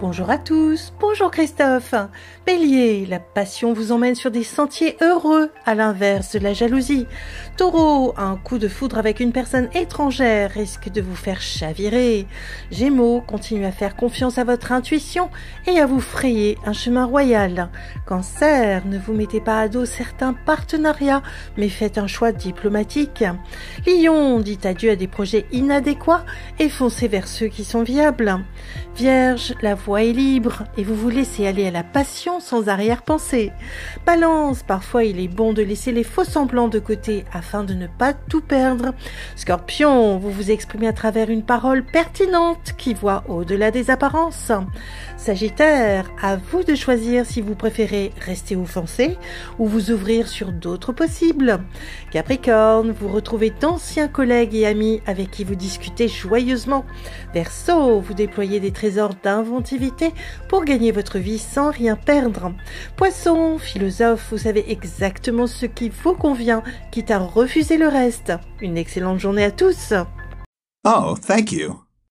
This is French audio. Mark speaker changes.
Speaker 1: Bonjour à tous, bonjour Christophe. Bélier, la passion vous emmène sur des sentiers heureux, à l'inverse de la jalousie. Taureau, un coup de foudre avec une personne étrangère risque de vous faire chavirer. Gémeaux, continuez à faire confiance à votre intuition et à vous frayer un chemin royal. Cancer, ne vous mettez pas à dos certains partenariats, mais faites un choix diplomatique. Lion, dites adieu à des projets inadéquats et foncez vers ceux qui sont viables. Vierge, la voie est libre et vous vous laissez aller à la passion sans arrière-pensée. Balance, parfois il est bon de laisser les faux semblants de côté afin de ne pas tout perdre. Scorpion, vous vous exprimez à travers une parole pertinente qui voit au-delà des apparences. Sagittaire, à vous de choisir si vous préférez rester offensé ou vous ouvrir sur d'autres possibles. Capricorne, vous retrouvez d'anciens collègues et amis avec qui vous discutez joyeusement. Verseau, vous déployez des trésors d'inventivité pour gagner votre vie sans rien perdre. Poisson, philosophe, vous savez exactement ce qui vous convient, quitte à refuser le reste. Une excellente journée à tous.
Speaker 2: Oh, thank you.